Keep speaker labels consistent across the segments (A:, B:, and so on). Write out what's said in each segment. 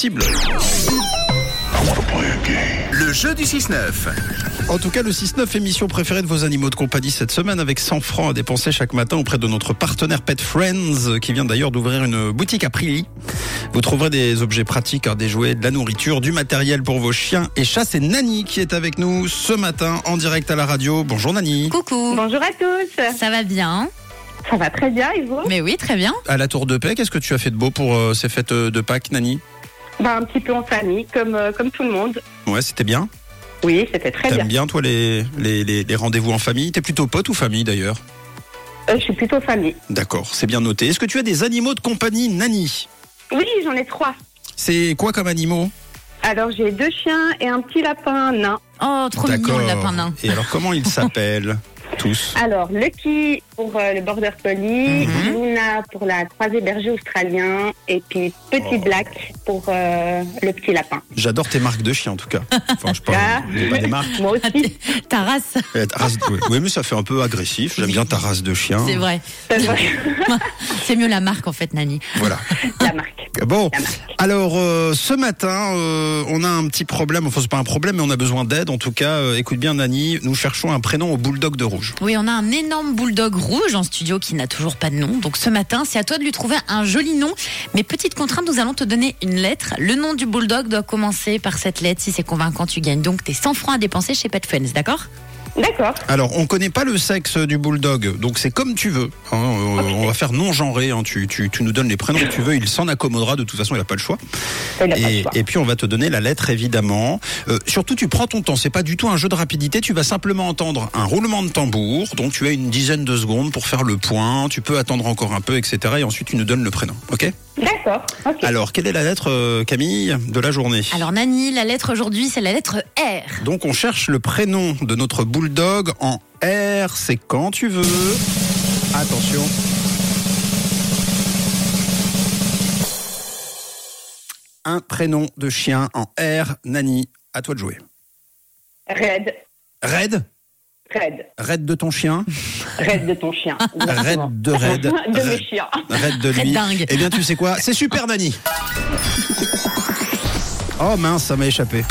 A: Cible.
B: Le jeu du 6-9.
A: En tout cas, le 6-9, émission préférée de vos animaux de compagnie cette semaine, avec 100 francs à dépenser chaque matin auprès de notre partenaire Pet Friends, euh, qui vient d'ailleurs d'ouvrir une boutique à Prilly. Vous trouverez des objets pratiques, hein, des jouets, de la nourriture, du matériel pour vos chiens. Et chat, c'est Nani qui est avec nous ce matin en direct à la radio. Bonjour Nani.
C: Coucou.
D: Bonjour à tous,
C: Ça va bien
D: ça va très bien et vous
C: Mais oui, très bien.
A: À la Tour de Paix, qu'est-ce que tu as fait de beau pour euh, ces fêtes euh, de Pâques, Nani
D: bah, Un petit peu en famille, comme, euh, comme tout le monde.
A: Ouais, c'était bien.
D: Oui, c'était très bien.
A: T'aimes bien, toi, les, les, les, les rendez-vous en famille T'es plutôt pote ou famille d'ailleurs
D: Euh, je suis plutôt famille.
A: D'accord, c'est bien noté. Est-ce que tu as des animaux de compagnie, Nani
D: Oui, j'en ai trois.
A: C'est quoi comme animaux
D: Alors j'ai deux chiens et un petit lapin nain.
C: Oh, trop mignon le lapin nain.
A: Et alors, comment ils s'appellent tous
D: Alors Lucky pour euh, le border collie,
A: Mhm.
D: Luna pour la croisée berger australien et puis Petit
A: Oh.
D: Black pour euh, le petit lapin.
A: J'adore tes marques de chiens, en tout cas. Enfin, je
D: Ah.
A: parle de- pas des marques.
D: Moi aussi,
C: Ta race,
A: Euh, ta race de- Oui, mais ça fait un peu agressif. J'aime bien ta race de chien.
C: c'est vrai.
D: c'est vrai,
C: C'est mieux la marque en fait, Nani.
A: Voilà.
D: la marque.
A: Bon,
D: La marque.
A: alors, euh, ce matin, euh, on a un petit problème. Enfin, c'est pas un problème, mais on a besoin d'aide. En tout cas, euh, écoute bien, Nani, nous cherchons un prénom au bulldog de rouge.
C: Oui, on a un énorme bulldog rouge en studio qui n'a toujours pas de nom. Donc ce matin, c'est à toi de lui trouver un joli nom. Mais petite contrainte, nous allons te donner une lettre. Le nom du bulldog doit commencer par cette lettre. Si c'est convaincant, tu gagnes donc tes 100 francs à dépenser chez Pet Friends, d'accord
D: D'accord,
A: Alors, on connaît pas le sexe du bulldog, donc c'est comme tu veux. hein, euh, On va faire non genré. hein, tu, tu- tu nous donnes les prénoms que tu veux. Il s'en accommodera. De toute façon, il a pas le choix.
D: il n'a pas le
A: Et,
D: choix.
A: et puis, on va te donner la lettre, évidemment. Euh, surtout, tu prends ton temps. C'est pas du tout un jeu de rapidité. Tu vas simplement entendre un roulement de tambour. Donc, tu as une dizaine de secondes pour faire le point. Tu peux attendre encore un peu, etc. Et ensuite, tu nous donnes le prénom. Ok
D: D'accord, ok.
A: Alors, quelle est la lettre, euh, Camille, de la journée
C: Alors Nani, la lettre aujourd'hui, c'est la lettre R.
A: Donc, on cherche le prénom de notre bulldog en R. C'est quand tu veux. Attention. Un prénom de chien en R. Nani, à toi de jouer.
D: Raid,
A: Red,
D: raid,
A: raid de ton chien,
D: raid de ton chien. exactement.
A: raid de raid,
D: de mes
A: raid,
D: chiens.
A: raid de
C: Raid
A: lui.
C: dingue.
A: Eh bien, tu sais quoi C'est super, Nani. Oh mince, ça m'a échappé.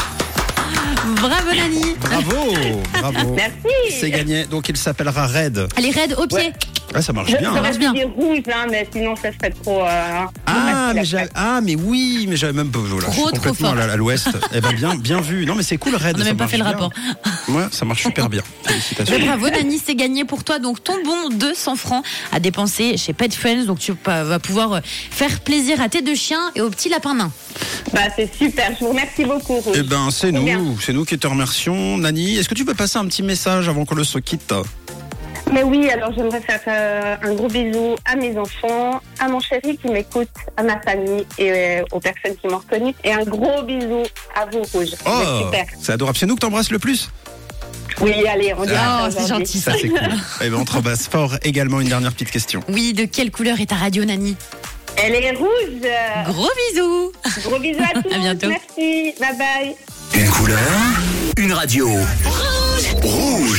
C: Bravo Nani.
A: Bravo, bravo.
D: Merci.
A: C'est gagné. Donc il s'appellera Red.
C: Allez, Red, au pied.
D: Ouais.
A: Ouais, ça marche
D: Je
A: bien. hein.
C: marche bien.
D: bien. rouge, hein, mais sinon ça serait trop. euh,
A: Ah
D: facile
A: mais,
D: à
A: j'avais-
D: faire.
A: ah, mais oui, mais j'avais même pas. Voilà, je suis
C: Trop, trop
A: complètement
C: fort.
A: à l'ouest. Eh ben bien, bien vu. Non mais c'est cool, Red.
C: On n'a
A: ça
C: même pas
A: marche
C: fait le
A: bien.
C: rapport.
A: Ouais, ça marche super bien. Félicitations.
C: Mais Bah, bravo Nani, c'est gagné pour toi. Donc ton bon 200 francs à dépenser chez Pet Friends. Donc tu pa- vas pouvoir euh, faire plaisir à tes deux chiens et au petit lapin nain.
D: Bah, c'est super. Je vous remercie beaucoup, Rouge.
A: Eh ben c'est
D: Trop bien.
A: nous, c'est nous qui te remercions, Nani. Est-ce que tu peux passer un petit message avant que le se quitte Oh,
D: Mais oui, alors j'aimerais faire euh, un gros bisou à mes enfants, à mon chéri qui m'écoute, à ma famille et euh, aux personnes qui m'ont reconnu. Et un gros bisou à vous, Rouge. Vous êtes
A: Oh,
D: Super.
A: c'est adorable. C'est nous que t'embrasses le plus.
D: Oui, allez, on dit
C: Ah,
D: à ça
C: c'est
D: aujourd'hui.
C: gentil.
A: Ça Oh, c'est cool. Eh ben on te rebasse fort. Également une dernière petite question.
C: Oui, de quelle couleur est ta radio Nani
D: Elle est rouge. euh,
C: Gros bisous
D: Gros bisous à tous.
C: bientôt.
D: Merci. Bye bye.
B: Une couleur, une radio. Rouge. Rouge.